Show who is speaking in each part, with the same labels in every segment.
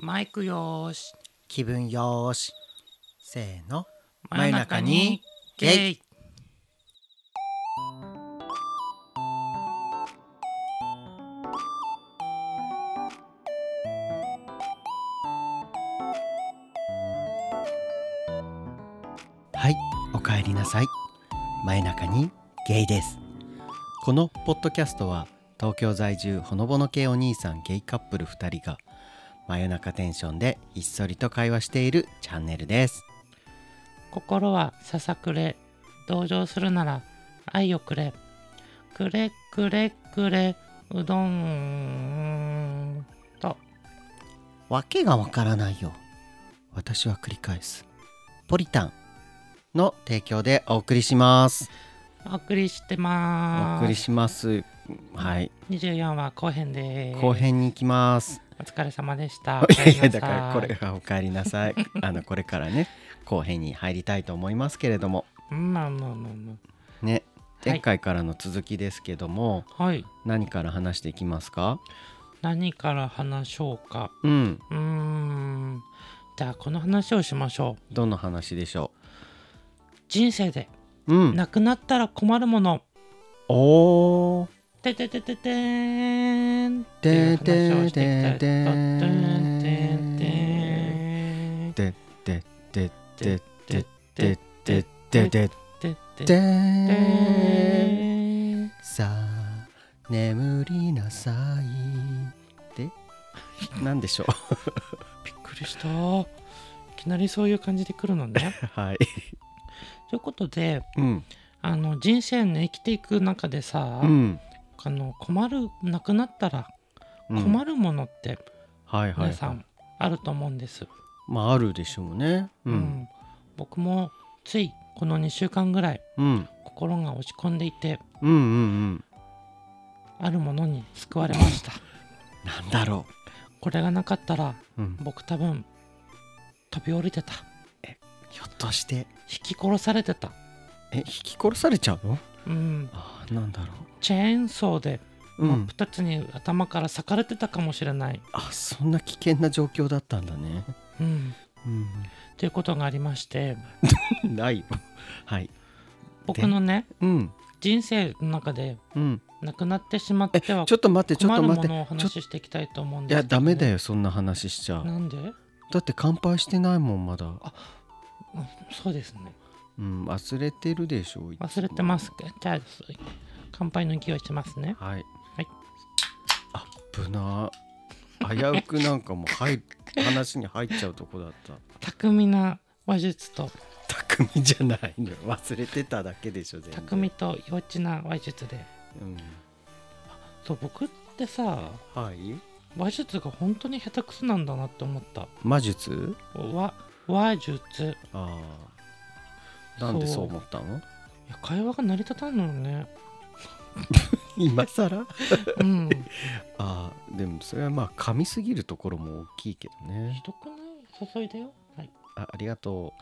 Speaker 1: マイクよーし
Speaker 2: 気分よーしせーの
Speaker 1: 真夜中にゲイ
Speaker 2: はいおかえりなさい前中にゲイですこのポッドキャストは東京在住ほのぼの系お兄さんゲイカップル2人が真夜中テンションでひっそりと会話しているチャンネルです
Speaker 1: 心はささくれ同情するなら愛をくれくれくれくれうどんと
Speaker 2: わけがわからないよ私は繰り返すポリタンの提供でお送りします
Speaker 1: お送りして
Speaker 2: お
Speaker 1: ま
Speaker 2: 送り
Speaker 1: ーす
Speaker 2: しますはい
Speaker 1: 24話後編でーす
Speaker 2: 後編に行きます
Speaker 1: お疲れ様でした
Speaker 2: いや
Speaker 1: お
Speaker 2: いや
Speaker 1: 帰りなさ
Speaker 2: だからこれがお帰りなさいあのこれからね後編に入りたいと思いますけれども
Speaker 1: うんまあまあまあま
Speaker 2: ね
Speaker 1: はい
Speaker 2: 前回からの続きですけども、
Speaker 1: あはい
Speaker 2: 何から話していきますか
Speaker 1: 何から話そうか
Speaker 2: うん
Speaker 1: うーんじゃあこの話をしましょう
Speaker 2: どの話でしょ
Speaker 1: 人生で
Speaker 2: ううん
Speaker 1: なくなったら困るもの
Speaker 2: おー
Speaker 1: てててててーんっていう
Speaker 2: でで
Speaker 1: 話を
Speaker 2: で
Speaker 1: していきたい。
Speaker 2: ででででででででででさあ眠りなさいでなんでしょう
Speaker 1: びっくりした。いきなりそういう感じで来るのね。
Speaker 2: はい
Speaker 1: ということで
Speaker 2: うん
Speaker 1: あの人生ね生きていく中でさ、
Speaker 2: うん
Speaker 1: あの困るなくなったら
Speaker 2: うん
Speaker 1: 困るものって
Speaker 2: はいはい
Speaker 1: 皆さ
Speaker 2: はい
Speaker 1: んあると思うんです。
Speaker 2: まああるでしょうねう
Speaker 1: うんん僕もついこの2週間ぐらい
Speaker 2: うん
Speaker 1: 心が落ち込んでいて
Speaker 2: うんうん
Speaker 1: あるものに救われました。
Speaker 2: うんなんだろ
Speaker 1: これがなかったら
Speaker 2: ううん
Speaker 1: 僕多分飛び降りてた
Speaker 2: ひょっとして
Speaker 1: 引き殺されてた
Speaker 2: え引き殺されちゃうの
Speaker 1: うん
Speaker 2: ああなんだろ
Speaker 1: チェーンソーで
Speaker 2: うう
Speaker 1: 真っ
Speaker 2: ん
Speaker 1: 二つに頭から裂かれてたかもしれない、
Speaker 2: あそんな危険な状況だったんだね
Speaker 1: うん、
Speaker 2: う
Speaker 1: っていうことがありまして
Speaker 2: ん ないよはい
Speaker 1: 僕のね
Speaker 2: うん
Speaker 1: 人生の中で
Speaker 2: うん
Speaker 1: 亡くなってしまっては
Speaker 2: ちょっと待ってちょっ
Speaker 1: 困
Speaker 2: と
Speaker 1: るも
Speaker 2: 待って
Speaker 1: のをお
Speaker 2: ちょっ
Speaker 1: 話ししていきたいと思うん
Speaker 2: い
Speaker 1: です
Speaker 2: や
Speaker 1: けど
Speaker 2: ダ
Speaker 1: ね
Speaker 2: メだよそんな話しちゃ
Speaker 1: なんで
Speaker 2: だって乾杯してないもんまだ
Speaker 1: そうですね
Speaker 2: うん忘れてるでしょいつも
Speaker 1: 忘れてますじゃあ乾杯の勢いしてますね
Speaker 2: はい
Speaker 1: はい
Speaker 2: あぶな危うくなんかもう入話に入っちゃうとこだ った
Speaker 1: 巧みな話術と
Speaker 2: 匠じゃないのよ忘れてただけでしょ全然
Speaker 1: 巧みと幼稚な話術で
Speaker 2: うん
Speaker 1: そう僕ってさ
Speaker 2: はい
Speaker 1: 話術が本当に下手くそなんだなって思った
Speaker 2: 魔術
Speaker 1: わ話術
Speaker 2: ああなんでそう思ったの
Speaker 1: いや会話が成り立たんのよ ね
Speaker 2: 今更
Speaker 1: うん
Speaker 2: ああでもそれはまあ噛みすぎるところも大きいけど
Speaker 1: ひ
Speaker 2: ね
Speaker 1: どくない注いだよはい
Speaker 2: あありがと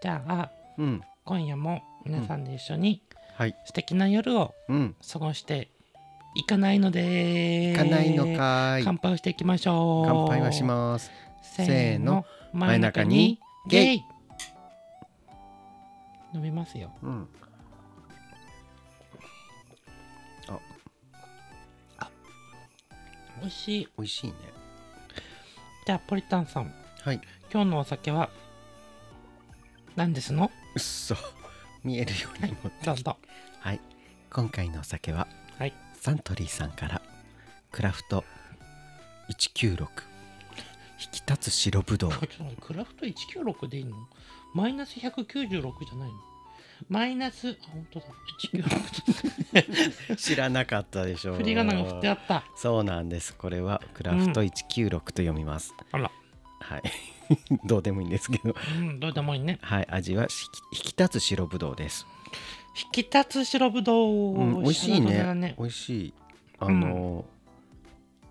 Speaker 1: じゃあ
Speaker 2: ううん
Speaker 1: 今夜も皆さんで一緒に
Speaker 2: はい
Speaker 1: 素敵な夜を
Speaker 2: うん
Speaker 1: 過ごしていかないので
Speaker 2: 行かないのかーい
Speaker 1: 乾杯をしていきましょう
Speaker 2: 乾杯はします
Speaker 1: す
Speaker 2: せ
Speaker 1: せ
Speaker 2: ー
Speaker 1: ー
Speaker 2: の
Speaker 1: の
Speaker 2: 真
Speaker 1: 真
Speaker 2: ん
Speaker 1: ん
Speaker 2: 中
Speaker 1: 中
Speaker 2: に
Speaker 1: に
Speaker 2: ゲ
Speaker 1: ゲ
Speaker 2: イ
Speaker 1: イ飲みますよ
Speaker 2: うん
Speaker 1: 美味しい
Speaker 2: 美味しいね
Speaker 1: じゃあポリタンさん
Speaker 2: はい
Speaker 1: 今日のお酒は何ですの
Speaker 2: うっそ見えるように持って
Speaker 1: どうぞ
Speaker 2: はい今回のお酒は
Speaker 1: はい
Speaker 2: サントリーさんからクラフト196引き立つ白ぶどう
Speaker 1: こ れちょっと待ってクラフト196でいいのマイナス196じゃないのマイナスあ本当だ196
Speaker 2: 知らなかったでしょ
Speaker 1: 振り仮名が振ってあった
Speaker 2: そうなんですこれはクラフト196と読みます、
Speaker 1: あら
Speaker 2: はい どうでもいいんですけど
Speaker 1: うんどうでもいいね
Speaker 2: はい味はしき引き立つ白ぶどうです、
Speaker 1: 引き立つ白ぶどう、
Speaker 2: うん、美味しい
Speaker 1: 白ぶどう
Speaker 2: ね
Speaker 1: だね
Speaker 2: 美味しいあの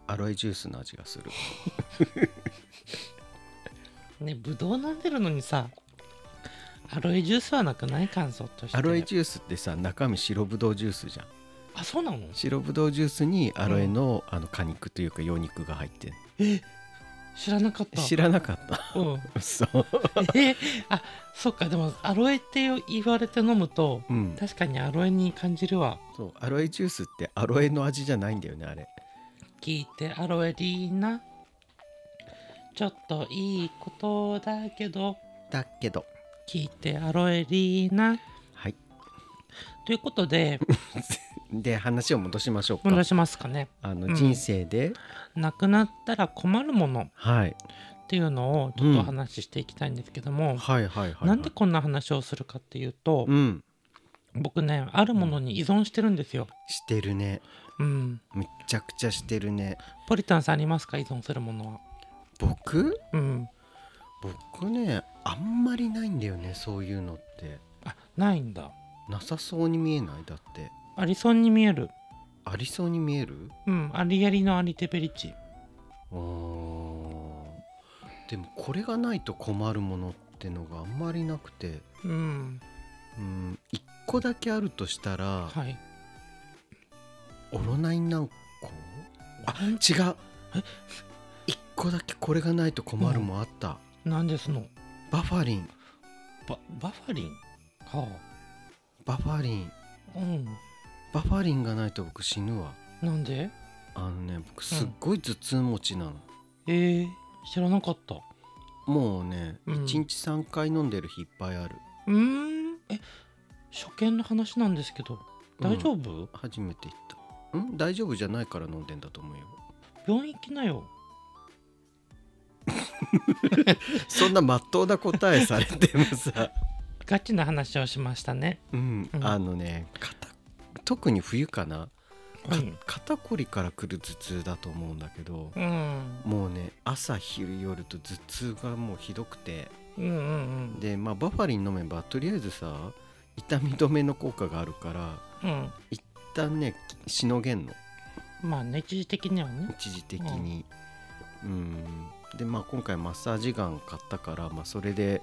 Speaker 2: ー、アロエジュースの味がする
Speaker 1: ねぶどう飲んでるのにさアロエジュースはなくない感想として
Speaker 2: アロエジュースってさ中身白ぶどうジュースじゃん
Speaker 1: あそうなの
Speaker 2: 白ぶどうジュースにアロエの,、あの果肉というか葉肉が入ってる
Speaker 1: 知らなかった
Speaker 2: 知らなかった
Speaker 1: うん
Speaker 2: 嘘
Speaker 1: えあそっかでもアロエって言われて飲むと
Speaker 2: うん
Speaker 1: 確かにアロエに感じるわ
Speaker 2: そうアロエジュースってアロエの味じゃないんだよねあれ
Speaker 1: 聞いてアロエリーナちょっといいことだけど
Speaker 2: だけど
Speaker 1: 聞いてアロエリーナ
Speaker 2: はい
Speaker 1: ということ で
Speaker 2: で話を戻しましょうか
Speaker 1: 戻しますかね
Speaker 2: あの、
Speaker 1: うん
Speaker 2: 人生で
Speaker 1: なくなったら困るもの
Speaker 2: はい
Speaker 1: っていうのをちょっとお
Speaker 2: うん
Speaker 1: 話ししていきたいんですけども、
Speaker 2: はいはいはい
Speaker 1: なんでこんな話をするかっていうと、
Speaker 2: うん
Speaker 1: 僕ねあるものに依存してるんですよ。
Speaker 2: してるね
Speaker 1: うん、
Speaker 2: むっちゃくちゃしてるね
Speaker 1: ポリタンさんありますか依存するものは。
Speaker 2: 僕
Speaker 1: うん、
Speaker 2: 僕ねあんまりないんだよねそういうのって
Speaker 1: あないんだ。
Speaker 2: なさそうに見えないだって
Speaker 1: ありそうに見える。
Speaker 2: ありそうに見える
Speaker 1: うん、ありやりのありてべりち。
Speaker 2: あーでもこれがないと困るものってのがあんまりなくて
Speaker 1: うん、
Speaker 2: うん一個だけあるとしたら、
Speaker 1: はい。
Speaker 2: オロナイン軟膏あ違う
Speaker 1: え
Speaker 2: 一個だけこれがないと困るもあった、
Speaker 1: なんですの
Speaker 2: バファリン
Speaker 1: ババファリンは
Speaker 2: バファリン
Speaker 1: あ、うん。
Speaker 2: バファリンがないと僕死ぬわ
Speaker 1: なんで
Speaker 2: あのね僕すっごい頭痛持ちなの、
Speaker 1: えー、知らなかった。
Speaker 2: もうね、
Speaker 1: うん
Speaker 2: 一日三回飲んでる日いっぱいある
Speaker 1: うーん、え初見の話なんですけど大丈
Speaker 2: うん
Speaker 1: 夫、
Speaker 2: 初めて行ったん大丈夫じゃないから飲んでんだと思うよ
Speaker 1: 病院行きなよ。
Speaker 2: そんな真っ当な答えされてもさ
Speaker 1: ガチな話をしましたね。
Speaker 2: うん、
Speaker 1: うん
Speaker 2: あのね肩特に冬かな、
Speaker 1: う
Speaker 2: か
Speaker 1: ん
Speaker 2: 肩こりからくる頭痛だと思うんだけど、
Speaker 1: うん、
Speaker 2: もうね朝昼夜と頭痛がもうひどくて
Speaker 1: うんうんうん
Speaker 2: でまあバファリン飲めばとりあえずさ痛み止めの効果があるから
Speaker 1: うん
Speaker 2: 一旦ねしのげんの
Speaker 1: まあね一時的にはね
Speaker 2: 一時的にうんでまあ今回マッサージガン買ったから、まあ、それで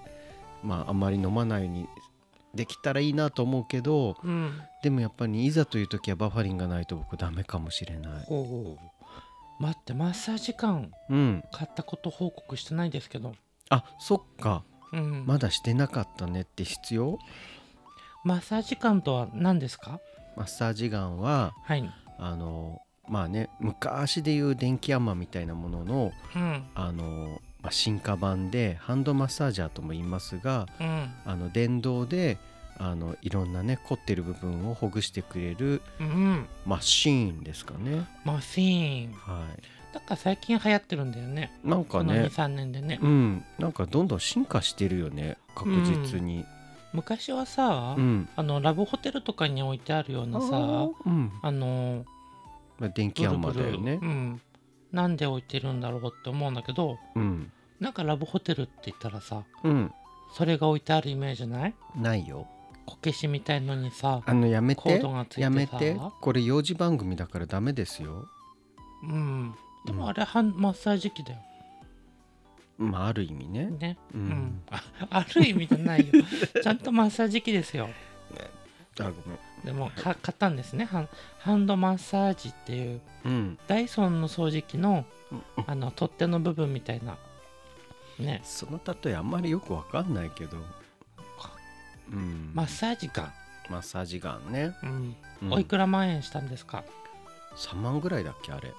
Speaker 2: まああんまり飲まないようにできたらいいなと思うけど
Speaker 1: うん
Speaker 2: でもやっぱりいざという時はバファリンがないと僕ダメかもしれない
Speaker 1: ほう待ってマッサージ館
Speaker 2: うん
Speaker 1: 買ったこと報告してないですけど、
Speaker 2: あそっか
Speaker 1: うん
Speaker 2: まだしてなかったねって必要
Speaker 1: マッサージ館とは何ですか
Speaker 2: マッサージガンは
Speaker 1: はい、
Speaker 2: あのまあね昔でいう電気山みたいなものの
Speaker 1: うん
Speaker 2: あの、まあ、進化版でハンドマッサージャーとも言いますが
Speaker 1: うん
Speaker 2: あの電動であのいろんなね凝ってる部分をほぐしてくれる
Speaker 1: うん、
Speaker 2: マシーンですかね。
Speaker 1: マシーン
Speaker 2: は
Speaker 1: だから最近流行ってるんだよね
Speaker 2: い、なん
Speaker 1: こ
Speaker 2: か
Speaker 1: の
Speaker 2: ね
Speaker 1: 23年でね、
Speaker 2: うんなんかどんどん進化してるよね確実に。
Speaker 1: 昔はさ、
Speaker 2: うん、
Speaker 1: あのラブホテルとかに置いてあるようなさ
Speaker 2: ーうん
Speaker 1: あの
Speaker 2: まあ、電気
Speaker 1: ブル
Speaker 2: 山
Speaker 1: ブル
Speaker 2: だよね
Speaker 1: う。ん、なんで置いてるんだろうって思うんだけど
Speaker 2: うん、
Speaker 1: なんかラブホテルって言ったらさ
Speaker 2: うん、
Speaker 1: それが置いてあるイメージない
Speaker 2: ないよ。
Speaker 1: こけしみたいのにさ
Speaker 2: あのやめ
Speaker 1: コー
Speaker 2: て
Speaker 1: ドがついてさ
Speaker 2: やめてこれ幼児番組だからダメですよ。
Speaker 1: うん、で
Speaker 2: うん
Speaker 1: もあれはマッサージ機だよ
Speaker 2: まあある意味ね。
Speaker 1: ね、
Speaker 2: う
Speaker 1: うん
Speaker 2: ん。
Speaker 1: あある意味じゃないよちゃんとマッサージ機ですよ
Speaker 2: あごめん。
Speaker 1: でもか買ったんですねハンハンドマッサージっていう
Speaker 2: うん。
Speaker 1: ダイソンの掃除機の
Speaker 2: うん
Speaker 1: あの取っ手の部分みたいなね
Speaker 2: その例えあんまりよくわかんないけど。うん。
Speaker 1: マッサージガ
Speaker 2: マッサージガンね。
Speaker 1: ン、
Speaker 2: う
Speaker 1: うんん、おいくら万円したんですか
Speaker 2: 3万ぐらいだっけあれ。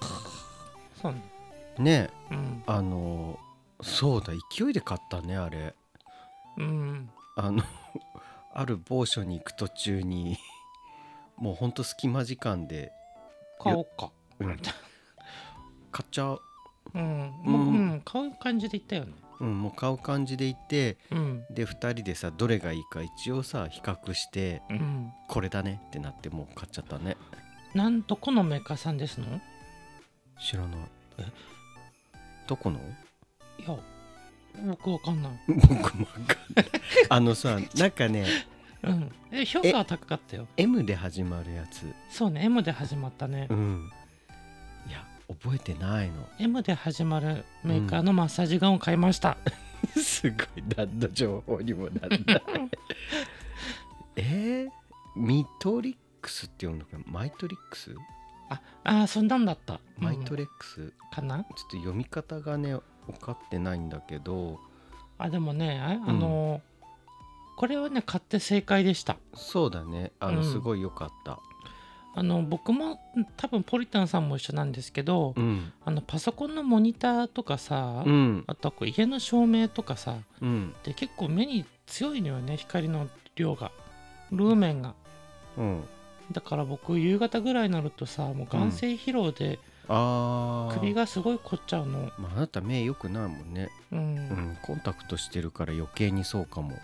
Speaker 1: そうね
Speaker 2: ね
Speaker 1: う
Speaker 2: え
Speaker 1: ん
Speaker 2: あのそうだ勢いで買ったねあれ。
Speaker 1: うん
Speaker 2: あの ある某所に行く途中にもうほんと隙間時間で、
Speaker 1: 買おうか
Speaker 2: うん、買っちゃう。
Speaker 1: うんもう、
Speaker 2: う
Speaker 1: うんん、買う感じで言ったよね
Speaker 2: うん、もう買う感じで行って
Speaker 1: うん
Speaker 2: で2人でさどれがいいか一応さ比較して
Speaker 1: うん
Speaker 2: これだねってなってもう買っちゃったね
Speaker 1: なんとこのメーカーさんですのい
Speaker 2: 知らない
Speaker 1: え
Speaker 2: どこの
Speaker 1: や僕わかんない、
Speaker 2: 僕もわかんない あのさなんかね
Speaker 1: うん、え評価は高かったよ
Speaker 2: M で始まるやつ
Speaker 1: そうね M で始まったね、
Speaker 2: うんいや覚えてないの
Speaker 1: M で始まるメーカーのマッサージガンを買いました、
Speaker 2: すごい何の情報にもなんない えー、ミトリックスって呼んのかなマイトリックス
Speaker 1: ああーそんなんだった
Speaker 2: マイト
Speaker 1: レ
Speaker 2: レックス、
Speaker 1: かな
Speaker 2: ちょっと読み方がね分かってないんだけど
Speaker 1: あでもねああの、これはね買って正解でした
Speaker 2: そうだねあ
Speaker 1: う
Speaker 2: の、
Speaker 1: ん
Speaker 2: すごい良かった
Speaker 1: あの僕も多分ポリタンさんも一緒なんですけど、
Speaker 2: うん
Speaker 1: あのパソコンのモニターとかさ、
Speaker 2: うん
Speaker 1: あとこう家の照明とかさ
Speaker 2: うん
Speaker 1: で結構目に強いのよね光の量がルーメンが
Speaker 2: うん
Speaker 1: だから僕夕方ぐらいになるとさもう眼性疲労で
Speaker 2: ああ
Speaker 1: 首がすごい凝っちゃうの
Speaker 2: まあ、あなた目良くないもんね、
Speaker 1: う、
Speaker 2: うんん、コンタクトしてるから余計にそうかも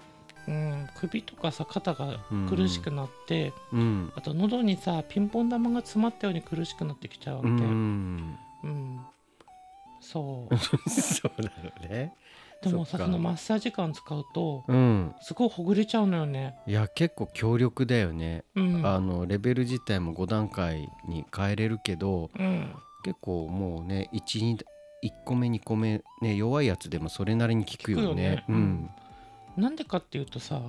Speaker 1: うん、首とかさ肩が苦しくなって、
Speaker 2: うん
Speaker 1: あと喉にさピンポン玉が詰まったように苦しくなってきちゃうわ
Speaker 2: う
Speaker 1: けうん、
Speaker 2: ん
Speaker 1: そう
Speaker 2: そうだろうね
Speaker 1: でもさ
Speaker 2: そっか
Speaker 1: そのマッサージ感使うと
Speaker 2: うん
Speaker 1: すごいほぐれちゃうのよね
Speaker 2: いや結構強力だよね、
Speaker 1: うん
Speaker 2: あのレベル自体も5段階に変えれるけど
Speaker 1: うん
Speaker 2: 結構もうね 1, 1個目2個目ね弱いやつでもそれなりに効くよね
Speaker 1: 効くよね
Speaker 2: うん
Speaker 1: なんでかっていうとさ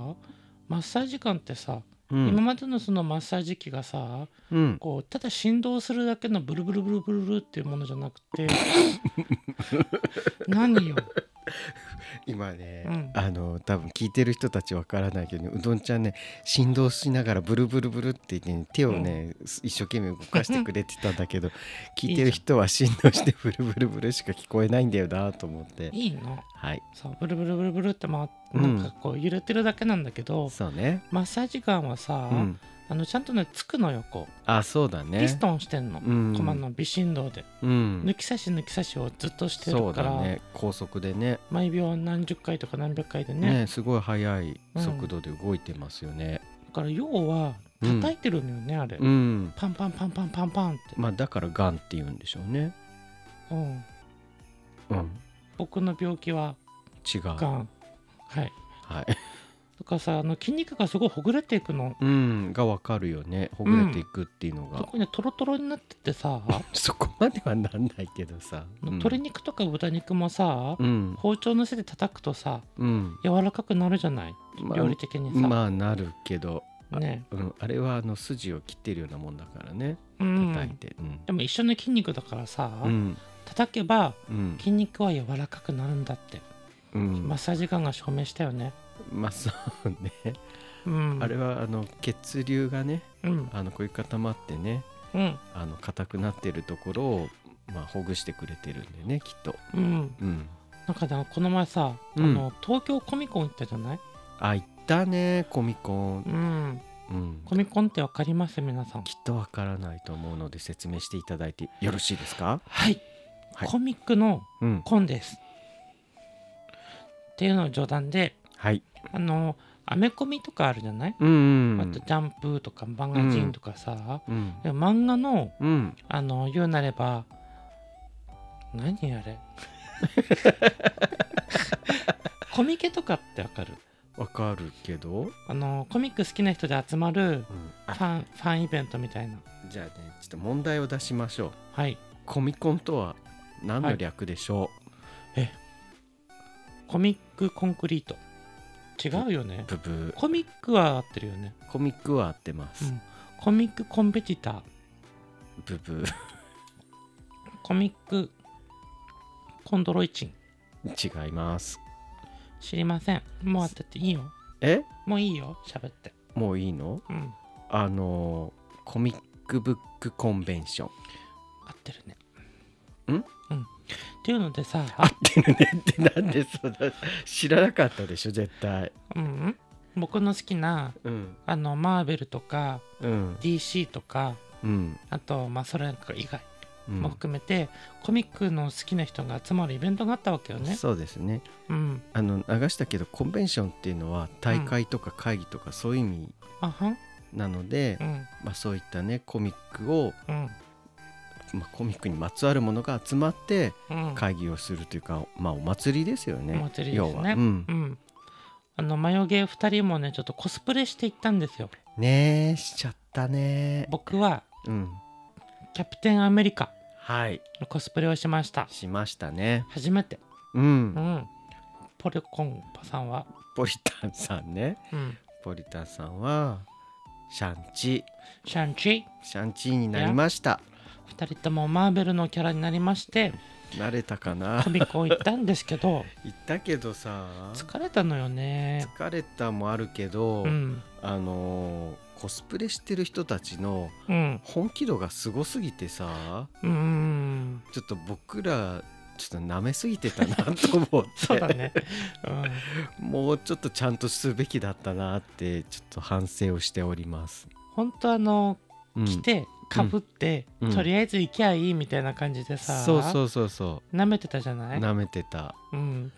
Speaker 1: マッサージ感ってさ、
Speaker 2: うん
Speaker 1: 今までのそのマッサージ機がさ
Speaker 2: うん、
Speaker 1: こうただ振動するだけのブルブルブルブルブルっていうものじゃなくて何よ
Speaker 2: 今ね、
Speaker 1: うん
Speaker 2: あの多分聞いてる人たちわからないけど、ね、うどんちゃんね振動しながらブルブルブルって言ってね、手をね、一生懸命動かしてくれてたん だけど聞いてる人は振動してブルブルブルしか聞こえないんだよなと思って
Speaker 1: いいの
Speaker 2: はい
Speaker 1: そうブルブルブルブルって回っ
Speaker 2: うん
Speaker 1: なんかこう揺れてるだけなんだけど、
Speaker 2: そうね
Speaker 1: マッサージ感はさ、
Speaker 2: うん
Speaker 1: あのちゃんとねつくのよこう
Speaker 2: あそうだね
Speaker 1: ピストンしてんの、
Speaker 2: うん
Speaker 1: コマの微振動で、
Speaker 2: うん
Speaker 1: 抜き差し抜き差しをずっとして
Speaker 2: そ
Speaker 1: る
Speaker 2: う
Speaker 1: か
Speaker 2: だ
Speaker 1: ら、
Speaker 2: ね高速でね
Speaker 1: 毎秒何十回とか何百回でね
Speaker 2: ねすごい速い
Speaker 1: うん
Speaker 2: 速度で動いてますよね
Speaker 1: だから要は
Speaker 2: うん
Speaker 1: 叩いてるのよね、あれ、
Speaker 2: うん、
Speaker 1: パンパンパンパンパンパンって、
Speaker 2: まあだからガンって言うんでしょうね
Speaker 1: うん、
Speaker 2: うん
Speaker 1: 僕の病気は
Speaker 2: 違う
Speaker 1: がんはい
Speaker 2: はい
Speaker 1: とからさあの筋肉がすごいほぐれていくの
Speaker 2: うん、がわかるよねほぐれていくっていうのが、
Speaker 1: そこにトロトロになっててさ
Speaker 2: そこまではなんないけどさ、うん、
Speaker 1: 鶏肉とか豚肉もさ、
Speaker 2: うん
Speaker 1: 包丁の背で叩くとさ
Speaker 2: うん
Speaker 1: 柔らかくなるじゃない
Speaker 2: まあ
Speaker 1: 料理的にさ、
Speaker 2: まあなるけど、
Speaker 1: ね
Speaker 2: うん、あれはあの筋を切ってるようなもんだからね
Speaker 1: う
Speaker 2: 叩い
Speaker 1: ん
Speaker 2: てうん、
Speaker 1: でも一緒の筋肉だからさ、
Speaker 2: うん
Speaker 1: 叩けば
Speaker 2: うん
Speaker 1: 筋肉は柔らかくなるんだって、
Speaker 2: うん
Speaker 1: マッサージ感が証明したよね
Speaker 2: まあそうね、
Speaker 1: うん
Speaker 2: あれはあの血流がね
Speaker 1: うん
Speaker 2: あのこういう固まってね
Speaker 1: うん
Speaker 2: あの硬くなってるところを、まあ、ほぐしてくれてるんでねきっと、
Speaker 1: うん
Speaker 2: うん、
Speaker 1: なんかねこの前さ、
Speaker 2: うん
Speaker 1: あの東京コミコン行ったじゃない、
Speaker 2: あ行ったねコミコン
Speaker 1: う、ん、
Speaker 2: うん、
Speaker 1: コミコンってわかります皆さん
Speaker 2: きっとわからないと思うので説明していただいてよろしいですか
Speaker 1: はい、
Speaker 2: はい
Speaker 1: コミックの
Speaker 2: うん
Speaker 1: コンですっていうのを冗談で
Speaker 2: はい
Speaker 1: あのアメコミとかあるじゃない、
Speaker 2: うんうん
Speaker 1: あとジャンプとかマガジンとかさ、
Speaker 2: うん
Speaker 1: でも漫画の
Speaker 2: うん
Speaker 1: あの言うなれば何あれ コミケとかってわかる
Speaker 2: わかるけど、
Speaker 1: あのコミック好きな人で集まるフ
Speaker 2: あ
Speaker 1: ァンファンイベントみたいな
Speaker 2: じゃあねちょっと問題を出しましょう
Speaker 1: はい
Speaker 2: コミコンとは何の略でしょ
Speaker 1: コミックコンクリート違うよね
Speaker 2: う、ブブー
Speaker 1: コミックは合ってるよね
Speaker 2: コミックは合ってます、
Speaker 1: うんコミックコンペティター
Speaker 2: ブブ
Speaker 1: コミックコンドロイチン
Speaker 2: ー 違います
Speaker 1: 知りませんもうあってていいよ
Speaker 2: え
Speaker 1: もういいよ喋って
Speaker 2: もういいの
Speaker 1: うん
Speaker 2: あのーコミックブックコンベンション
Speaker 1: 合ってるね
Speaker 2: ん
Speaker 1: うんっていうのでさ
Speaker 2: 合ってるねってなんでそんな知らなかったでしょ絶対
Speaker 1: うんうん僕の好きな
Speaker 2: うん
Speaker 1: あのマーベルとか
Speaker 2: うん、
Speaker 1: DC とか
Speaker 2: うん
Speaker 1: あとまあそれなんか以外
Speaker 2: うん
Speaker 1: も含めて、コミックの好きな人が集まるイベントがあったわけよね。
Speaker 2: そうですね
Speaker 1: うん、
Speaker 2: あの流したけどコンベンションっていうのは大会とか会議とかそういう意味
Speaker 1: あはん
Speaker 2: なので、
Speaker 1: うん
Speaker 2: まあ、そういったねコミックを、
Speaker 1: うん
Speaker 2: まあ、コミックにまつわるものが集まって
Speaker 1: うん
Speaker 2: 会議をするというか、まあ、お祭りですよね
Speaker 1: お祭りです
Speaker 2: 要は、
Speaker 1: ね。
Speaker 2: うん
Speaker 1: う、んあのマヨゲー2人もねちょっとコスプレしていったんですよ。
Speaker 2: ねえしちゃったね
Speaker 1: 僕は
Speaker 2: うん
Speaker 1: キャプテンアメリカ
Speaker 2: はい
Speaker 1: のコスプレをしました。
Speaker 2: しましたね
Speaker 1: 初めて。
Speaker 2: うん、
Speaker 1: うん。ポリコンパさんは。
Speaker 2: ポリタンさんね
Speaker 1: うん。
Speaker 2: ポリタンさんはシャンチ
Speaker 1: シャンチー
Speaker 2: シャンチになりました
Speaker 1: 2人ともマーベルのキャラになりまして
Speaker 2: 慣れたかな
Speaker 1: コミコン行ったんですけど
Speaker 2: 言ったけどさ
Speaker 1: 疲れたのよね
Speaker 2: 疲れたもあるけど、
Speaker 1: うん
Speaker 2: あのーコスプレしてる人たちの
Speaker 1: うん
Speaker 2: 本気度がすごすぎてさ
Speaker 1: うん
Speaker 2: ちょっと僕らちょっと舐めすぎて たなと思っ て
Speaker 1: そうだね、うん、
Speaker 2: もうちょっとちゃんとすべきだったなってちょっと反省をしております。
Speaker 1: 本当あの
Speaker 2: うん
Speaker 1: 着てかぶって、
Speaker 2: うん
Speaker 1: とりあえず行きゃいいみたいな感じでさ、
Speaker 2: そうそうそうそ
Speaker 1: 舐めてたじゃ
Speaker 2: う
Speaker 1: ない、
Speaker 2: 舐めてた。
Speaker 1: うん、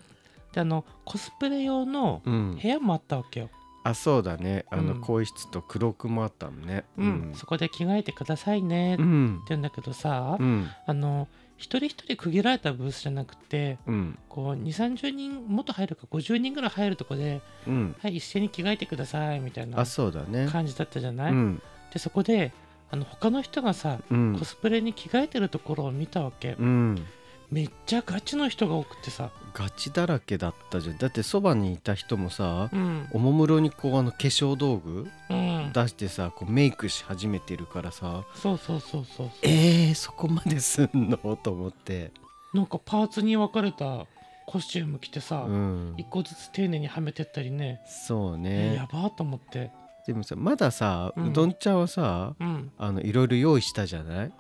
Speaker 1: であのコスプレ用の
Speaker 2: うん
Speaker 1: 部、屋もあったわけよ、
Speaker 2: あそうだねあの
Speaker 1: うん
Speaker 2: 更衣室と黒くもあったのね。
Speaker 1: うんそこで着替えてくださいねっ
Speaker 2: う
Speaker 1: て
Speaker 2: ん
Speaker 1: 言うんだけどさ、
Speaker 2: うん
Speaker 1: あの一人一人区切られたブースじゃなくて
Speaker 2: うん
Speaker 1: こう2 3 0人もっと入るか50人ぐらい入るとこで
Speaker 2: うん
Speaker 1: 「はい一斉に着替えてください」みたいな
Speaker 2: あそうだね。
Speaker 1: 感じだったじゃ
Speaker 2: う
Speaker 1: ない、
Speaker 2: ん
Speaker 1: でそこであの他の人がさ
Speaker 2: うん
Speaker 1: コスプレに着替えてるところを見たわけ、
Speaker 2: うん
Speaker 1: めっちゃガチの人が多くてさ、
Speaker 2: ガチだらけだったじゃん。だってそばにいた人もさ
Speaker 1: うん
Speaker 2: おもむろにこうあの化粧道具
Speaker 1: うん、
Speaker 2: 出してさこうメイクし始めてるからさ
Speaker 1: そうそうそうそう
Speaker 2: えー、そこまですんのと思って。
Speaker 1: なんかパーツに分かれたコスチューム着てさ、
Speaker 2: うん
Speaker 1: 一個ずつ丁寧にはめてったりね、
Speaker 2: そう
Speaker 1: え
Speaker 2: ね
Speaker 1: やばーと思って
Speaker 2: でもさまださ
Speaker 1: うん
Speaker 2: うどんちゃんはさ、
Speaker 1: うん
Speaker 2: あのいろいろ用意したじゃない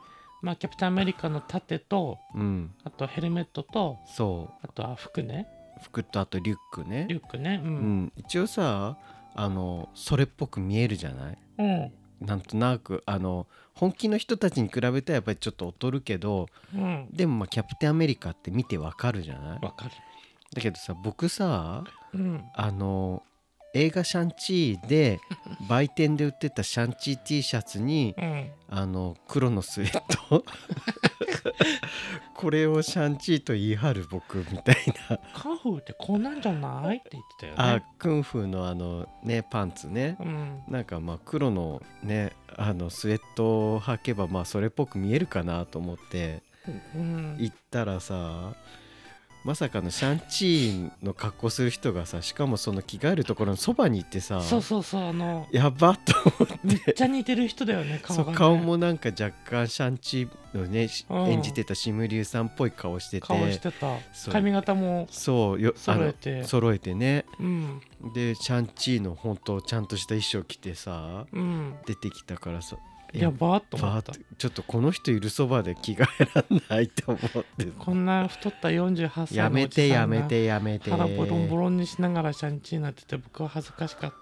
Speaker 1: まあキャプテンアメリカの盾と
Speaker 2: うん
Speaker 1: あとヘルメットと
Speaker 2: そ
Speaker 1: あとは服ね
Speaker 2: う服とあとリュックね
Speaker 1: リュックねう
Speaker 2: うんん、一応さあのそれっぽく見えるじゃない
Speaker 1: うん
Speaker 2: なんとなくあの本気の人たちに比べたらやっぱりちょっと劣るけど
Speaker 1: うん
Speaker 2: でもまあキャプテンアメリカって見てわかるじゃない
Speaker 1: わかる
Speaker 2: だけどさ僕さ
Speaker 1: うん
Speaker 2: あの映画「シャンチー」で売店で売ってたシャンチー T シャツに
Speaker 1: うん
Speaker 2: あの黒のスウェットこれをシャンチーと言い張る僕みたいな、
Speaker 1: カンフーってこうなんじゃないって言ってたよ
Speaker 2: あ
Speaker 1: ね
Speaker 2: クンフーのあのねパンツね
Speaker 1: うん
Speaker 2: なんかまあ黒のねあのスウェットを履けばまあそれっぽく見えるかなと思って
Speaker 1: うん
Speaker 2: 行ったらさまさかのシャンチーの格好する人がさしかもその着替えるところのそばに行ってさ
Speaker 1: そうそうそうあの
Speaker 2: やばっと思って
Speaker 1: めっちゃ似てる人だよね顔
Speaker 2: そ
Speaker 1: が
Speaker 2: う
Speaker 1: ね
Speaker 2: 顔もなんか若干シャンチーのね、し
Speaker 1: うん
Speaker 2: 演じてたシムリュウさんっぽい顔してて
Speaker 1: 顔してた
Speaker 2: そう
Speaker 1: 髪型も
Speaker 2: そうよあ
Speaker 1: 揃え
Speaker 2: の
Speaker 1: て
Speaker 2: 揃えてね
Speaker 1: うん
Speaker 2: でシャンチーの本当ちゃんとした衣装着てさ
Speaker 1: うん
Speaker 2: 出てきたからさ
Speaker 1: やばーっと思
Speaker 2: バー
Speaker 1: っ
Speaker 2: ったてちょっとこの人いるそばで着替えらんないと思って
Speaker 1: こんな太った48歳のおじさんが
Speaker 2: やめてやめてやめて
Speaker 1: 腹ボロンボロンにしながらシャンチーになってて僕は恥ずかしかっ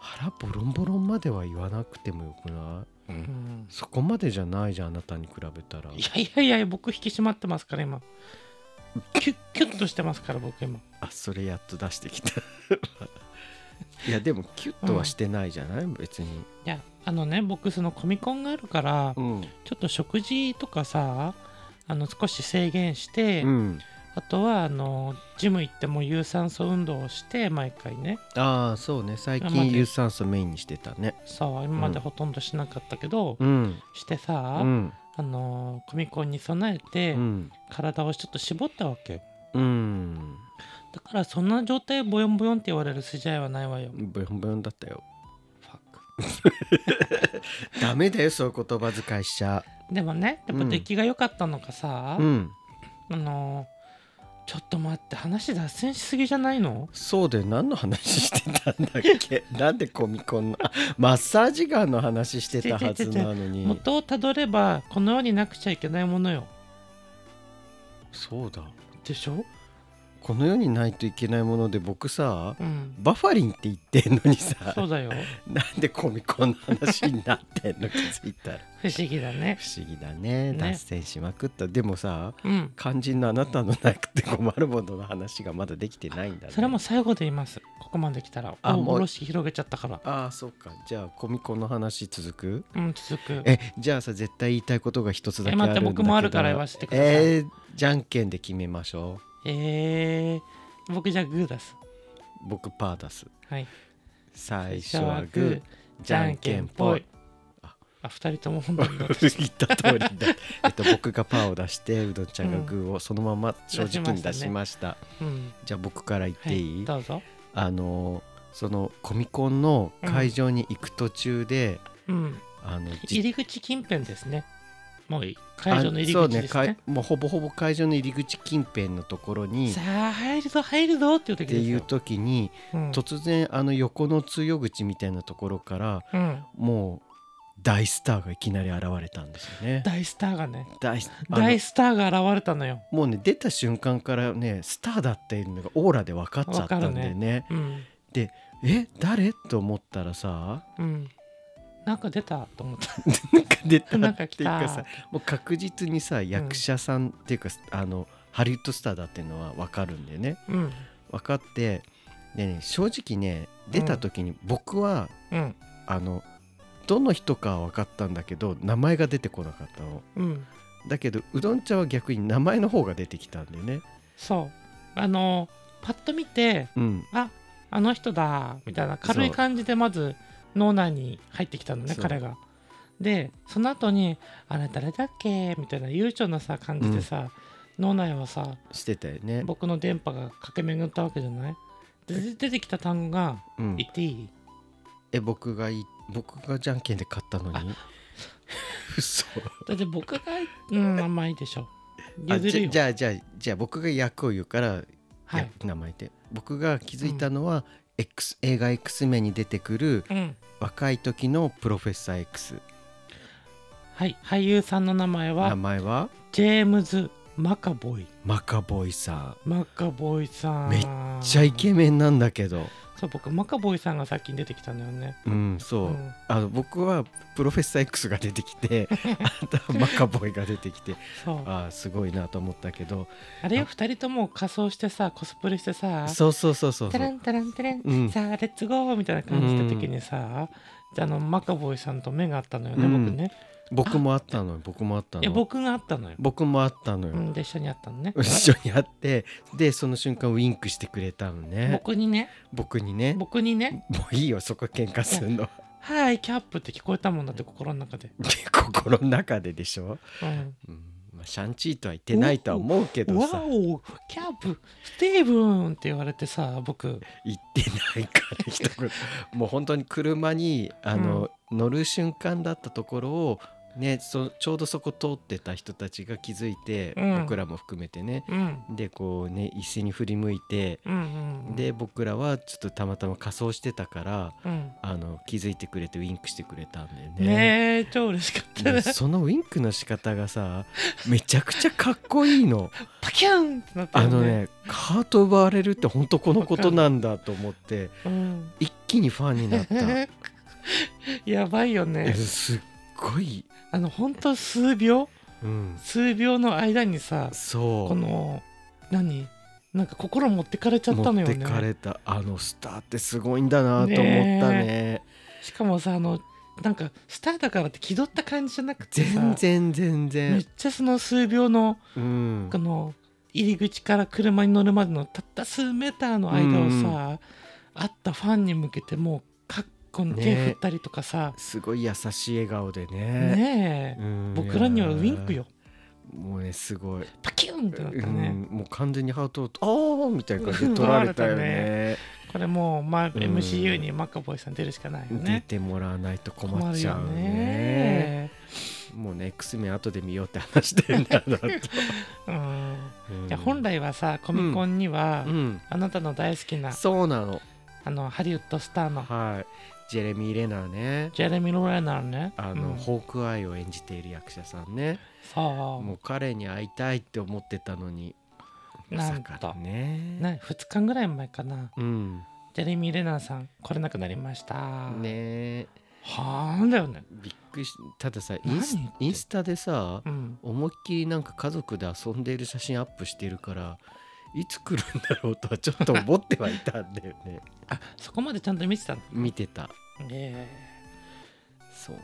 Speaker 2: 腹ボロンボロンまでは言わなくてもよくない、
Speaker 1: た、うん、
Speaker 2: そこまでじゃないじゃんあなたに比べたら
Speaker 1: いやいやいや僕引き締まってますから今キュッキュッとしてますから僕今
Speaker 2: あそれやっと出してきた いやでもキュッとはしてないじゃない、別に
Speaker 1: いやあのね僕そのコミコンがあるから
Speaker 2: うん、
Speaker 1: ちょっと食事とかさあの少し制限して、
Speaker 2: うん、
Speaker 1: あとはあのジム行っても有酸素運動をして毎回ね
Speaker 2: ああそうね最
Speaker 1: まあまあ
Speaker 2: 近有酸素メインにしてたね
Speaker 1: さあ今までほとんどしなかったけど、
Speaker 2: うん
Speaker 1: して
Speaker 2: う
Speaker 1: さ、
Speaker 2: ん
Speaker 1: あのコミコンに備えて、
Speaker 2: うん
Speaker 1: 体をちょっと絞ったわけよ
Speaker 2: うん
Speaker 1: だからそんな状態ボヨンボヨンって言われる筋合いはないわよ。
Speaker 2: ブヨンブヨンだったよ
Speaker 1: ファック
Speaker 2: ダメだよそういう言葉遣いしちゃ
Speaker 1: でもねやっぱ出来が良かったのかさ、
Speaker 2: ううん
Speaker 1: あのーちょっと待って話脱線しすぎじゃないの
Speaker 2: そうで何の話してたんだっ けなんでコミコンのあマッサージガンの話してたはずなのに
Speaker 1: 元をたどればこの世になくちゃいけないものよ
Speaker 2: そうだ
Speaker 1: でしょ
Speaker 2: この世にないといけないもので僕さ
Speaker 1: うん
Speaker 2: バファリンって言ってんのにさ
Speaker 1: そうだよ
Speaker 2: なんでコミコンの話になってんの気づいたら
Speaker 1: 不思議だね
Speaker 2: 不思議だね
Speaker 1: ね
Speaker 2: 脱線しまくったでもさ
Speaker 1: うん
Speaker 2: 肝心のあなたのなくて困るものの話がまだできてないんだね
Speaker 1: それも最後で言いますここまで来たら
Speaker 2: あ
Speaker 1: 大
Speaker 2: もう
Speaker 1: おろし広げちゃったから
Speaker 2: ああそうかじゃあコミコンの話続く
Speaker 1: うん続く
Speaker 2: えじゃあさ絶対言いたいことが一つ
Speaker 1: え
Speaker 2: だけあるんだ
Speaker 1: 待
Speaker 2: け
Speaker 1: っ
Speaker 2: ど
Speaker 1: て僕もあるから言わせてください
Speaker 2: えーじゃんけんで決めましょ
Speaker 1: えー、僕じゃあグー出す
Speaker 2: う僕パー出す
Speaker 1: はい
Speaker 2: 最初はグー
Speaker 1: じ
Speaker 2: じ
Speaker 1: ゃ
Speaker 2: ゃ
Speaker 1: ん
Speaker 2: ん
Speaker 1: け
Speaker 2: け
Speaker 1: ん
Speaker 2: ん
Speaker 1: ぽ
Speaker 2: ぽ
Speaker 1: い
Speaker 2: い。
Speaker 1: あ、二人とも本当
Speaker 2: 言
Speaker 1: に
Speaker 2: った通りだ、えっと、僕がパーを出してうどんちゃんがグーをそのまま正直に
Speaker 1: 出
Speaker 2: 出
Speaker 1: し
Speaker 2: し
Speaker 1: ま
Speaker 2: ました,、
Speaker 1: うん。
Speaker 2: じゃあ僕から言っ
Speaker 1: は
Speaker 2: てい
Speaker 1: い、
Speaker 2: い、
Speaker 1: どうぞ。
Speaker 2: あのーそのコミコンの会場に行く途中で、
Speaker 1: うん。
Speaker 2: あの
Speaker 1: 入
Speaker 2: じ
Speaker 1: り口近辺ですね。もう会場の入り口です
Speaker 2: あそう
Speaker 1: ね
Speaker 2: ねかいもうほぼほぼ会場の入り口近辺のところにっ
Speaker 1: さあ入るぞ入るぞっていう時
Speaker 2: て
Speaker 1: です
Speaker 2: いう
Speaker 1: よ
Speaker 2: 時に
Speaker 1: うん
Speaker 2: 突然あの横の通用口みたいなところから
Speaker 1: うん
Speaker 2: もう大スターがいきなり現れたんですよね。
Speaker 1: 大スターがね
Speaker 2: 大スあの
Speaker 1: 大スターが現れたのよ、
Speaker 2: もうね出た瞬間からねスターだっていうのがオーラで分かっちゃったんでね
Speaker 1: うん
Speaker 2: え誰と思ったらさ
Speaker 1: うん、なんか出たと思った
Speaker 2: なんか出た
Speaker 1: なんか
Speaker 2: っ
Speaker 1: 来
Speaker 2: ていう
Speaker 1: た
Speaker 2: かさもう確実にさ役者さんっていうか、あのハリウッドスターだっていうのは分かるんでね
Speaker 1: うん
Speaker 2: 分かってでね正直ね出た時に僕は、
Speaker 1: うん
Speaker 2: あのどの人かは分かったんだけど名前が出てこなかったの
Speaker 1: うん
Speaker 2: だけどうどんちゃんは逆に名前の方が出てきたんでね
Speaker 1: そうあのパッと見て
Speaker 2: うん
Speaker 1: ああの人だみたいな軽い感じでまず脳内に入ってきたのね
Speaker 2: そう
Speaker 1: 彼が。でその後に「あれ誰だっけ?」みたいな悠長なさ感じでさ、脳内はさ
Speaker 2: してたよね
Speaker 1: 僕の電波が駆け巡ったわけじゃないでで出てきた単語が
Speaker 2: う
Speaker 1: 「
Speaker 2: ん
Speaker 1: 言っていい?
Speaker 2: え僕がい僕がじゃんけんで勝ったのに嘘」
Speaker 1: だって僕が「うんあんまいいでしょ」
Speaker 2: あ
Speaker 1: 譲る
Speaker 2: じ
Speaker 1: よ
Speaker 2: ゃじゃあじゃあじゃあ僕が役を言うから、
Speaker 1: は
Speaker 2: や
Speaker 1: い、
Speaker 2: 名前で僕が気づいたのは、X 映画 X 面に出てくる
Speaker 1: うん、
Speaker 2: 若い時のプロフェッサー X
Speaker 1: はい俳優さんの名前
Speaker 2: 名
Speaker 1: は
Speaker 2: 前は
Speaker 1: ジェームズ・マカボイ
Speaker 2: マカボイさ
Speaker 1: マカボイさん
Speaker 2: めっんちゃイケメンなんだけど
Speaker 1: そう僕マカボイさんが先に出てきたんだよね。
Speaker 2: うんそう、
Speaker 1: うん
Speaker 2: あの僕はプロフェッサー X が出て きてあとはマカボイが出てきて
Speaker 1: そうあ
Speaker 2: ああすごいなと思ったけど
Speaker 1: れよ
Speaker 2: あ
Speaker 1: 2人とも仮装してさコスプレしてさ
Speaker 2: そうそうそうそうそ
Speaker 1: タラ
Speaker 2: う
Speaker 1: ンタランタラン、
Speaker 2: うん
Speaker 1: さあレッツゴーみたいな感じした時にさ、あのマカボイさんと目があったのよね、
Speaker 2: うん
Speaker 1: 僕ね。
Speaker 2: 僕もあったのよ僕もあった
Speaker 1: い
Speaker 2: の
Speaker 1: や
Speaker 2: よ
Speaker 1: 僕があったのよ。
Speaker 2: 僕もあったのよ、
Speaker 1: うん、で一緒にあったのね。
Speaker 2: 一緒に会ってでその瞬間ウインクしてくれたのね
Speaker 1: 僕にね
Speaker 2: 僕にねも
Speaker 1: 僕にね
Speaker 2: ういいよそこ喧嘩すんの
Speaker 1: 「はいキャップ」って聞こえたもんだって心の中で。
Speaker 2: 心の中ででしょ、
Speaker 1: うん
Speaker 2: うんまあ、シャンチーとは言ってないとは思うけど
Speaker 1: わ
Speaker 2: さ
Speaker 1: おキャップスティーブンって言われてさ僕
Speaker 2: 言ってないから一 言もう本当に車にあの、乗る瞬間だったところをねそちょうどそこ通ってた人たちが気づいて、
Speaker 1: うん
Speaker 2: 僕らも含めてね
Speaker 1: うん
Speaker 2: でこうね一斉に振り向いて
Speaker 1: うんうん
Speaker 2: で僕らはちょっとたまたま仮装してたから
Speaker 1: うん
Speaker 2: あの気づいてくれてウインクしてくれたんだよね。
Speaker 1: ねえ超嬉しかった
Speaker 2: で
Speaker 1: ね
Speaker 2: そのウインクの仕方がさめちゃくちゃかっこいいの
Speaker 1: パキューンってなった
Speaker 2: あ
Speaker 1: よ
Speaker 2: のねハート奪われるって本当このことなんだと思って
Speaker 1: うん、
Speaker 2: 一気にファンになった
Speaker 1: やばいよ
Speaker 2: え
Speaker 1: ね
Speaker 2: すっごい、
Speaker 1: あのほんと数秒
Speaker 2: うん、
Speaker 1: 数秒の間にさ
Speaker 2: そう
Speaker 1: この何なんか心持ってかれちゃったのよ
Speaker 2: 持ってか
Speaker 1: ね
Speaker 2: れたあのスターってすごいんだなと思ったね
Speaker 1: しかもさあのなんかスターだからって気取った感じじゃなくてさ
Speaker 2: 全然全
Speaker 1: めっ
Speaker 2: 然、
Speaker 1: ちゃその数秒の
Speaker 2: うん
Speaker 1: こ、の入り口から車に乗るまでのたった数メーターの間をさ、会ったファンに向けてもうかっこの手振ったりとかさ、
Speaker 2: すごい優しい笑顔でね
Speaker 1: ねえ、
Speaker 2: うん
Speaker 1: 僕らにはウインクよ
Speaker 2: もうねすごい
Speaker 1: パキューンってなったね、
Speaker 2: うん、もう完全にハートをああみたいな感じで取られたよね
Speaker 1: これもう、まあ、
Speaker 2: ん
Speaker 1: MCU にマカボイさん出るしかないよ
Speaker 2: 出
Speaker 1: ね
Speaker 2: てもらわないと困っちゃうね
Speaker 1: 困るよね
Speaker 2: もうね X 面後で見ようって話してんだ なと、
Speaker 1: うん
Speaker 2: うん
Speaker 1: いや本来はさコミコンには、
Speaker 2: うん
Speaker 1: あなたの大好きな
Speaker 2: そうなの
Speaker 1: あのハリウッドスターの
Speaker 2: はいジェレミー・レナーね
Speaker 1: ジェレミー・ロレナーね
Speaker 2: あの、
Speaker 1: うん、そ
Speaker 2: ホークアイを演じている役者さんねもう彼に会いたいって思ってたのにま
Speaker 1: な
Speaker 2: さ
Speaker 1: んと
Speaker 2: か
Speaker 1: う
Speaker 2: ね
Speaker 1: な2日ぐらい前かな
Speaker 2: うん
Speaker 1: ジェレミー・レナーさん来れなくなりました
Speaker 2: ね
Speaker 1: はあんだよね
Speaker 2: びっくりしたださインス
Speaker 1: 何言って
Speaker 2: インスタでさ
Speaker 1: うん
Speaker 2: 思いっきりなんか家族で遊んでいる写真アップしてるからいつ来るんだろうとはちょっと思ってはいたんだよ ね
Speaker 1: あそこまでちゃんと見てたの
Speaker 2: 見てた
Speaker 1: え
Speaker 2: そうな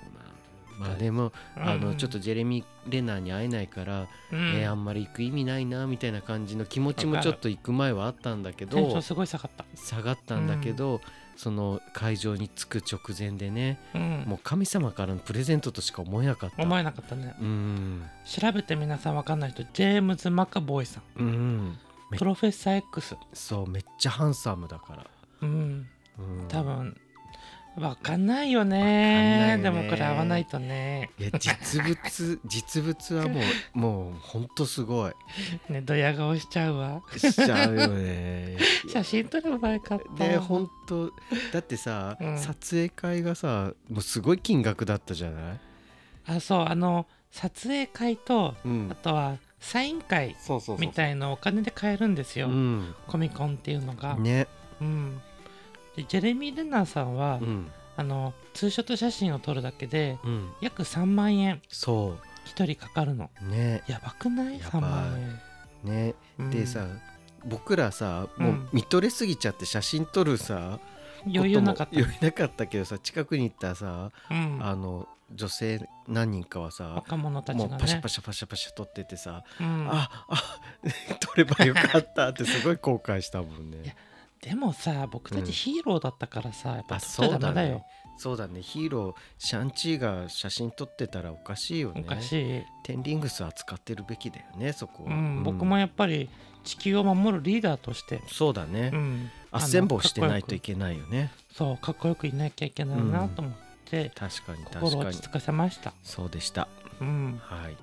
Speaker 2: まあでも、
Speaker 1: え
Speaker 2: あの
Speaker 1: うん
Speaker 2: ちょっとジェレミー・レナーに会えないから、
Speaker 1: うん
Speaker 2: えーあんまり行く意味ないなみたいな感じの気持ちもちょっと行く前はあったんだけ
Speaker 1: テンショ
Speaker 2: ど
Speaker 1: ンすごい下がった、
Speaker 2: 下がったんだけど、その会場に着く直前でね
Speaker 1: うん、
Speaker 2: もう神様からのプレゼントとしか思えなかった。
Speaker 1: 思えなかったね
Speaker 2: うん
Speaker 1: 調べて皆さんわかんない人ジェームズ・マカボーイさん
Speaker 2: うん、め
Speaker 1: プロフェッサー X
Speaker 2: そうめっちゃハンサムだから、
Speaker 1: うん
Speaker 2: うん、
Speaker 1: 多分わかんないよ
Speaker 2: わか
Speaker 1: ね
Speaker 2: んない
Speaker 1: で
Speaker 2: よね
Speaker 1: もこれ合わないとね
Speaker 2: いや実物実物はもうもうほんとすごい
Speaker 1: ねドヤ顔しちゃうわ
Speaker 2: しちゃうよね
Speaker 1: 写真撮ればよかった
Speaker 2: で本当だってさ、
Speaker 1: うん
Speaker 2: 撮影会がさもうすごい金額だったじゃない、
Speaker 1: あそうあの撮影会と
Speaker 2: うん
Speaker 1: あとはサイン会
Speaker 2: そうそうそう
Speaker 1: みたいのをお金で買えるんですよ、
Speaker 2: うん
Speaker 1: コミコンっていうのが、
Speaker 2: ね、
Speaker 1: うんでジェレミー・レナーさんは、
Speaker 2: うん
Speaker 1: あのツーショット写真を撮るだけで
Speaker 2: うん、
Speaker 1: 約3万円
Speaker 2: そ
Speaker 1: 1人かかるの
Speaker 2: うね
Speaker 1: やばくない
Speaker 2: やば
Speaker 1: ?3
Speaker 2: い
Speaker 1: 万円、
Speaker 2: ね
Speaker 1: うん
Speaker 2: でさ、僕らさ
Speaker 1: うん
Speaker 2: もう見とれすぎちゃって写真撮るさ、
Speaker 1: 余裕なかっ
Speaker 2: ことも余裕なかったけどさ近くに行ったらさ、
Speaker 1: た、うん、
Speaker 2: あの女性何人かはさ
Speaker 1: 若者たち
Speaker 2: もう
Speaker 1: が
Speaker 2: パシャ
Speaker 1: ね
Speaker 2: パシャパシャパシャ撮っててさ、
Speaker 1: うん
Speaker 2: ああ撮ればよかったってすごい後悔したもんね
Speaker 1: いやでもさ僕た
Speaker 2: うん
Speaker 1: ちヒーローだったからさ、やっぱ
Speaker 2: あ
Speaker 1: 撮っちゃダメだよ
Speaker 2: そうだねヒーローシャンチーが写真撮ってたらおかしいよね
Speaker 1: おかしい、
Speaker 2: テンリングス扱ってるべきだよねそこ
Speaker 1: う
Speaker 2: は、
Speaker 1: ん
Speaker 2: うん
Speaker 1: 僕もやっぱり地球を守るリーダーとして、
Speaker 2: そうだね、
Speaker 1: うん、
Speaker 2: あっせんぼうしてない
Speaker 1: あのかっことよ
Speaker 2: いけないよね
Speaker 1: くそうかっこよくいなきゃいけないなと思って、
Speaker 2: 確かに
Speaker 1: 心
Speaker 2: 確
Speaker 1: を
Speaker 2: か
Speaker 1: 落
Speaker 2: に
Speaker 1: ち着かせました。
Speaker 2: そうでした
Speaker 1: うん、
Speaker 2: はい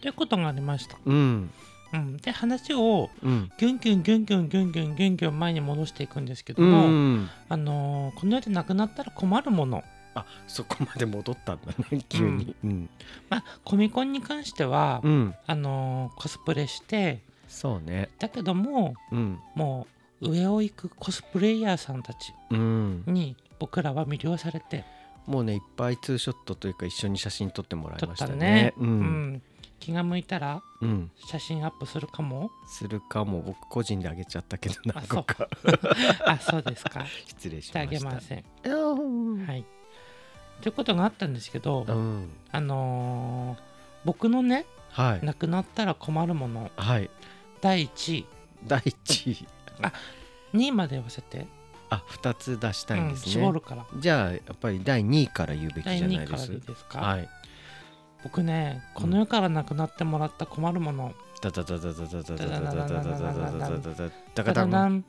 Speaker 1: ということがありました。
Speaker 2: うん
Speaker 1: うん、で話を
Speaker 2: うん
Speaker 1: ギュンギュンギュンギュンギュンギュンギュンギュン前に戻していくんですけど
Speaker 2: う
Speaker 1: も、
Speaker 2: ん
Speaker 1: あのーこの世でなくなったら困るもの、
Speaker 2: あそこまで戻ったんだね急にうん
Speaker 1: まあ、コミコンに関しては、
Speaker 2: うん
Speaker 1: あのーコスプレして
Speaker 2: そうね
Speaker 1: だけども
Speaker 2: うん
Speaker 1: もう上を行くコスプレイヤーさんたち
Speaker 2: うん
Speaker 1: に僕らは魅了されて
Speaker 2: もうねいっぱいツーショットというか一緒に写真撮ってもらい
Speaker 1: 撮
Speaker 2: ま
Speaker 1: っ
Speaker 2: した
Speaker 1: た
Speaker 2: ね
Speaker 1: ね
Speaker 2: う
Speaker 1: うん
Speaker 2: ん、
Speaker 1: 気が向いたら
Speaker 2: うん、
Speaker 1: 写真アップするかも
Speaker 2: するかも僕個人であげちゃったけど
Speaker 1: あ
Speaker 2: 何個か
Speaker 1: あそうですか
Speaker 2: 失礼し
Speaker 1: して
Speaker 2: ま
Speaker 1: あ
Speaker 2: した
Speaker 1: げません
Speaker 2: うん
Speaker 1: はいということがあったんですけど、
Speaker 2: うん
Speaker 1: あのー僕のね
Speaker 2: はい
Speaker 1: なくなったら困るもの
Speaker 2: はい
Speaker 1: 第1位
Speaker 2: 第一位
Speaker 1: 2位まで合わせて、
Speaker 2: あ二つ出した
Speaker 1: う
Speaker 2: いん
Speaker 1: ん、
Speaker 2: ですね、
Speaker 1: 絞るから
Speaker 2: じゃあやっぱり第2位から言うべき
Speaker 1: 第
Speaker 2: じゃな
Speaker 1: 2位
Speaker 2: い
Speaker 1: か
Speaker 2: で
Speaker 1: ら
Speaker 2: す
Speaker 1: でいいですか、
Speaker 2: はい
Speaker 1: 僕ねこの世からなくなってもらった困るもの、
Speaker 2: ダダダダダダダダダダダダダダダダダ
Speaker 1: た
Speaker 2: ダ
Speaker 1: だな
Speaker 2: ダダ
Speaker 1: ん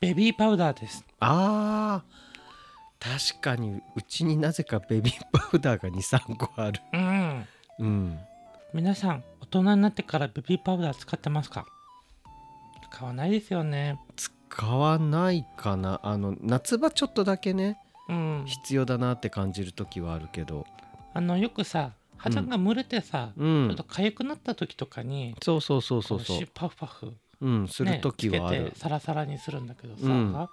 Speaker 1: ベビーパウダーです
Speaker 2: あー確かにうちになぜかベビーパウダーが23個ある
Speaker 1: うん
Speaker 2: うん
Speaker 1: 皆さん大人になってからベビーパウダー使ってますか買わないですよね
Speaker 2: 使わないかなあの夏場ちょっとだけね
Speaker 1: うん
Speaker 2: 必要だなって感じる時はあるけど
Speaker 1: あのよくさ肌が蒸れてさ、
Speaker 2: う
Speaker 1: ちょっ
Speaker 2: ん
Speaker 1: と痒くなった時とかに
Speaker 2: そうそうそうそう
Speaker 1: こ
Speaker 2: そう
Speaker 1: しパフパフ
Speaker 2: ううんする時はあ
Speaker 1: ね、つけ
Speaker 2: る
Speaker 1: てサラサラにするんだけどさ、
Speaker 2: うん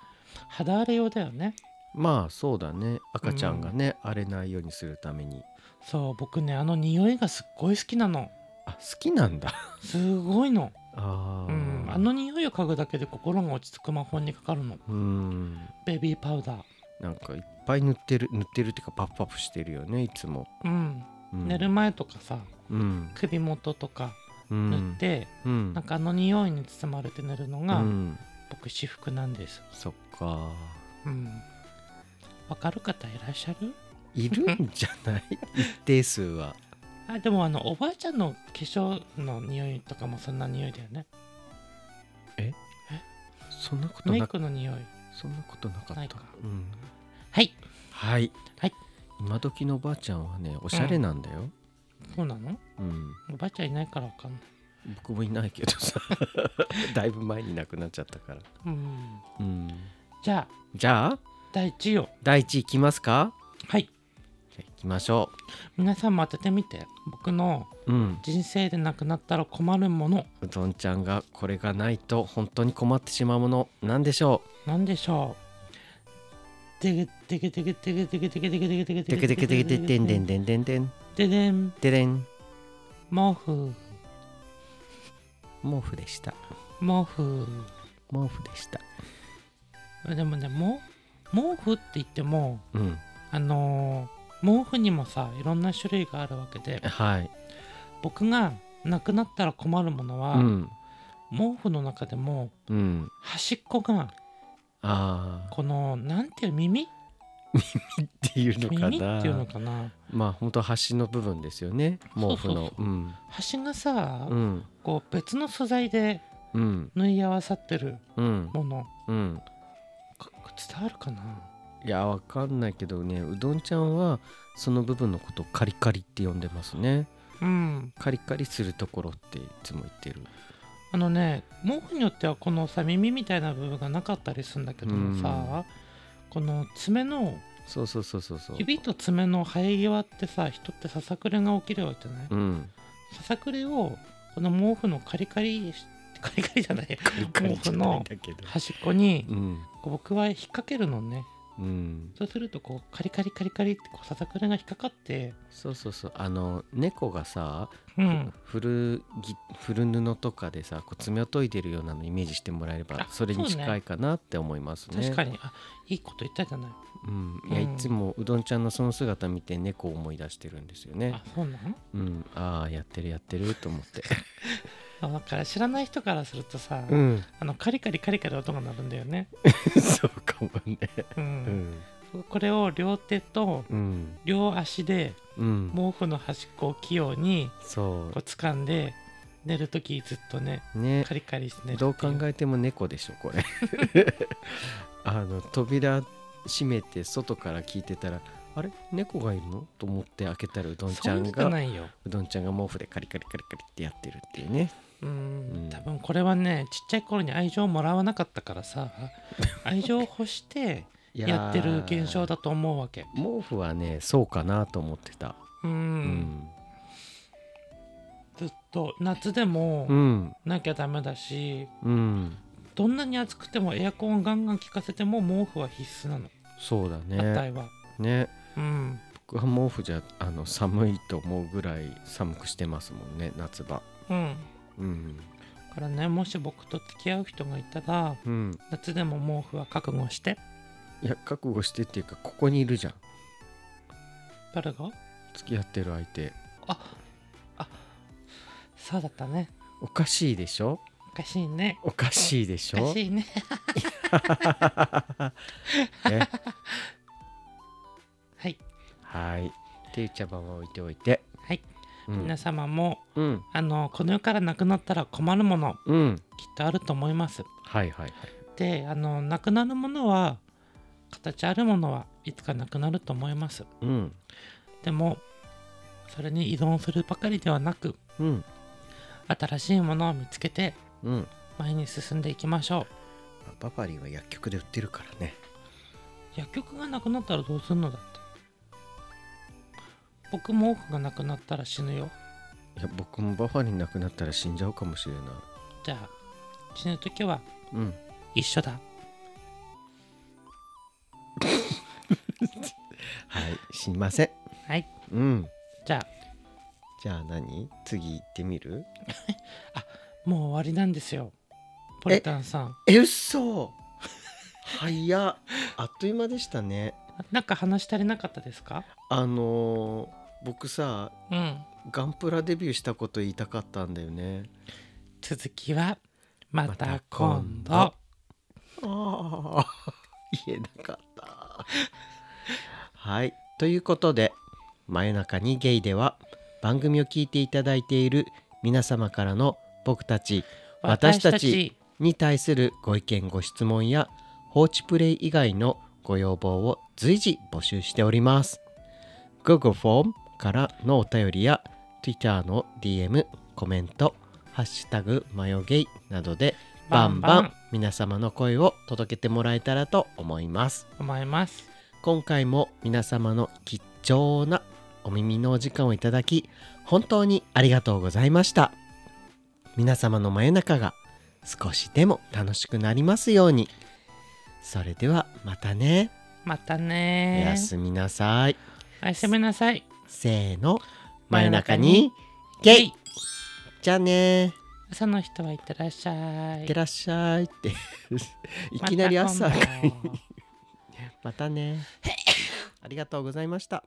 Speaker 1: 肌荒れ用だよね
Speaker 2: まあそうだね赤ちゃんがね荒れないようにするために
Speaker 1: そう僕ねあの匂いがすっごい好きなの
Speaker 2: あ好きなんだ
Speaker 1: すごいの
Speaker 2: あ
Speaker 1: う
Speaker 2: ー
Speaker 1: ん あの匂いを嗅ぐだけで心が落ち着く魔法にかかるの
Speaker 2: うん
Speaker 1: ベビーパウダー
Speaker 2: なんかいっぱい塗ってる塗ってるっていうかパフパフしてるよねいつも、
Speaker 1: うん、
Speaker 2: うん
Speaker 1: 寝る前とかさ
Speaker 2: うん
Speaker 1: 首元とか
Speaker 2: うん
Speaker 1: 塗って、
Speaker 2: うん
Speaker 1: なんかあの匂いに包まれて寝るのが、
Speaker 2: うん
Speaker 1: 僕私服なんです
Speaker 2: そっか
Speaker 1: うんわかる方いらっしゃる
Speaker 2: いるんじゃない一定数は
Speaker 1: あでもあのおばあちゃんの化粧の匂いとかもそんな匂いだよね
Speaker 2: そんなこと
Speaker 1: メイ
Speaker 2: な
Speaker 1: クの匂い
Speaker 2: そんなことなか
Speaker 1: な
Speaker 2: っ
Speaker 1: い
Speaker 2: た
Speaker 1: か
Speaker 2: うん
Speaker 1: はい
Speaker 2: はい、
Speaker 1: はい、
Speaker 2: 今時のおばあちゃんはねおしゃれなんだよ、
Speaker 1: そうなの
Speaker 2: うん
Speaker 1: おばあちゃんいないからわかんない
Speaker 2: 僕もいないけどさだいぶ前に亡くなっちゃったから、
Speaker 1: うん
Speaker 2: うん、
Speaker 1: じゃあ
Speaker 2: じゃあ
Speaker 1: 第1位を
Speaker 2: 第一位いきますか
Speaker 1: はい
Speaker 2: じゃあいきましょ
Speaker 1: 皆さんも当ててみて僕の
Speaker 2: ううん
Speaker 1: 人生でなくなったら困るもの
Speaker 2: うどんちゃんがこれがないと本当に困ってしまうものなんでしょ
Speaker 1: なんでしょうでげでげでげでげでげでげでげでげ
Speaker 2: うで
Speaker 1: で
Speaker 2: け
Speaker 1: げ
Speaker 2: で
Speaker 1: で
Speaker 2: け
Speaker 1: げで
Speaker 2: でけ
Speaker 1: げ
Speaker 2: でで
Speaker 1: で
Speaker 2: ん
Speaker 1: んで
Speaker 2: でん
Speaker 1: ん
Speaker 2: でんでんでん
Speaker 1: ででん
Speaker 2: でれん
Speaker 1: 毛布
Speaker 2: 毛布でした
Speaker 1: 毛布
Speaker 2: 毛布でした
Speaker 1: でもねも毛布って言っても
Speaker 2: うん
Speaker 1: あのー毛布にもさいろんな種類があるわけで
Speaker 2: はい
Speaker 1: 僕がなくなったら困るものは、
Speaker 2: うん
Speaker 1: 毛布の中でも
Speaker 2: うん
Speaker 1: 端っこが
Speaker 2: あ
Speaker 1: このなんていう耳
Speaker 2: ーっていうの
Speaker 1: 耳
Speaker 2: か
Speaker 1: っていうの
Speaker 2: な
Speaker 1: かな
Speaker 2: まあ本当端の部分ですよね毛布
Speaker 1: そうそう
Speaker 2: の
Speaker 1: そう
Speaker 2: うん
Speaker 1: 端がさ、
Speaker 2: うん
Speaker 1: こう別の素材で
Speaker 2: うん
Speaker 1: 縫い合わさってる
Speaker 2: うん
Speaker 1: もの
Speaker 2: うん
Speaker 1: か伝わるかな
Speaker 2: いやわかんないけどねうどんちゃんはその部分のことをカリカリって呼んでますね
Speaker 1: うん
Speaker 2: カリカリするところっていつも言ってる
Speaker 1: あのね毛布によってはこのさ耳みたいな部分がなかったりするんだけどもさ、この爪の
Speaker 2: そうそうそうそうそう
Speaker 1: 指と爪の生え際ってさ人ってささくれが起きるわけじゃない、
Speaker 2: うん
Speaker 1: ささくれをこの毛布のカリカリしカリカリじゃない
Speaker 2: カリカリじゃないんだけど
Speaker 1: 端っこに
Speaker 2: うん
Speaker 1: こう僕は引っ掛けるのね
Speaker 2: うん
Speaker 1: そうするとこうカリカリカリカリってこうささくれが引っかかって
Speaker 2: そうそうそうあの猫がさ、
Speaker 1: うん
Speaker 2: 古着古布とかでさこう爪を研いでるようなのイメージしてもらえれば
Speaker 1: あ
Speaker 2: それに
Speaker 1: そう
Speaker 2: 近
Speaker 1: ね
Speaker 2: いかなって思いますね
Speaker 1: 確かに、あいいこと言ったじゃない、
Speaker 2: うん、いや、
Speaker 1: うん
Speaker 2: いつもうどんちゃんのその姿見て猫を思い出してるんですよね
Speaker 1: あそうなん
Speaker 2: うん、ああやってるやってると 思って
Speaker 1: あだから知らない人からするとさ、
Speaker 2: ん
Speaker 1: あのカリカリカリカリ音が鳴るんだよね、
Speaker 2: そうかもね
Speaker 1: う
Speaker 2: うんん
Speaker 1: これを両手と
Speaker 2: うん
Speaker 1: 両足で
Speaker 2: うん
Speaker 1: 毛布の端っこを器用に
Speaker 2: そ
Speaker 1: こう掴んで寝るときずっとね
Speaker 2: うね
Speaker 1: カリカリして寝るってい
Speaker 2: どう考えても猫でしょ これあの扉閉めて外から聞いてたらあれ猫がいるのと思って開けたらうどんち
Speaker 1: そ
Speaker 2: ゃ
Speaker 1: ん
Speaker 2: ん
Speaker 1: なこと
Speaker 2: が
Speaker 1: ないよ
Speaker 2: うどんちゃんが毛布でカリカリカリカリってやってるっていうね
Speaker 1: う
Speaker 2: うんん
Speaker 1: 多分これはねちっちゃい頃に愛情をもらわなかったから さ愛情を欲して
Speaker 2: いー
Speaker 1: やってる現象だと思うわけ
Speaker 2: 毛布はねそうかなと思ってた
Speaker 1: うん、
Speaker 2: うん
Speaker 1: ずっと夏でも
Speaker 2: うん
Speaker 1: なきゃダメだし、
Speaker 2: うん
Speaker 1: どんなに暑くてもエアコンをガンガン効かせても毛布は必須なの
Speaker 2: そうだ
Speaker 1: あた
Speaker 2: ね
Speaker 1: いは、
Speaker 2: ね
Speaker 1: うん
Speaker 2: 僕は毛布じゃあの寒いと思うぐらい寒くしてますもんね夏場
Speaker 1: うん
Speaker 2: うん
Speaker 1: だからねもし僕と付き合う人がいたら
Speaker 2: うん
Speaker 1: 夏でも毛布は覚悟して
Speaker 2: いや覚悟してっていうかここにいるじゃん
Speaker 1: 誰が
Speaker 2: 付き合ってる相手
Speaker 1: ああそうだったね
Speaker 2: おかしいでしょ
Speaker 1: おかしいね
Speaker 2: おかしいでし
Speaker 1: おか
Speaker 2: ょ
Speaker 1: しいね
Speaker 2: ね
Speaker 1: はい
Speaker 2: はいっていう茶番は置いておいて
Speaker 1: はい、
Speaker 2: うん
Speaker 1: 皆様も
Speaker 2: うん
Speaker 1: あのこの世からなくなったら困るもの
Speaker 2: うん
Speaker 1: きっとあると思います
Speaker 2: はいはいはい
Speaker 1: であのなくなるものは形あるものはいつかなくなると思います
Speaker 2: うん
Speaker 1: でもそれに依存するばかりではなく
Speaker 2: うん
Speaker 1: 新しいものを見つけて
Speaker 2: うん
Speaker 1: 前に進んでいきましょ
Speaker 2: バパリンは薬局で売ってるからね
Speaker 1: う薬局がなくなったらどうすんのだって僕毛布がなくなったら死ぬよ
Speaker 2: いや僕もバファリンなくなったら死んじゃうかもしれない
Speaker 1: じゃあ死ぬ時は
Speaker 2: うん
Speaker 1: 一緒だ
Speaker 2: はい死にません
Speaker 1: はい
Speaker 2: うん
Speaker 1: じゃあ
Speaker 2: じゃあ何次行ってみる
Speaker 1: もう終わりなんですよポリタンさん
Speaker 2: え嘘早っあっという間でしたね
Speaker 1: なんか話し足りなかったですか
Speaker 2: あのー僕さ
Speaker 1: うん
Speaker 2: ガンプラデビューしたこと言いたかったんだよね
Speaker 1: 続きはまた今度、
Speaker 2: またああ言えなかったはいということで「真夜中にゲイ」では番組を聞いていただいている皆様からの僕たち私たちに対するご意見ご質問や放置プレイ以外のご要望を随時募集しております Google フォームからのお便りや Twitter の DM コメント「ハッシュタグマヨゲイ」などでバンバン皆様の声を届けてもらえたらと思います
Speaker 1: 思います
Speaker 2: 今回も皆様の貴重なお耳のお時間をいただき本当にありがとうございました皆様の真夜中が少しでも楽しくなりますようにそれではまたね
Speaker 1: また
Speaker 2: お
Speaker 1: ね
Speaker 2: やすみなさい
Speaker 1: おやすみなさい
Speaker 2: せーの
Speaker 1: 真
Speaker 2: 真
Speaker 1: 夜
Speaker 2: 夜
Speaker 1: 中
Speaker 2: 中
Speaker 1: に
Speaker 2: に
Speaker 1: ゲ
Speaker 2: ゲ
Speaker 1: イ
Speaker 2: イじゃあね
Speaker 1: 朝の人はいってらっしゃい
Speaker 2: いってらっしゃいって いきなり朝
Speaker 1: また今度
Speaker 2: またねありがとうございました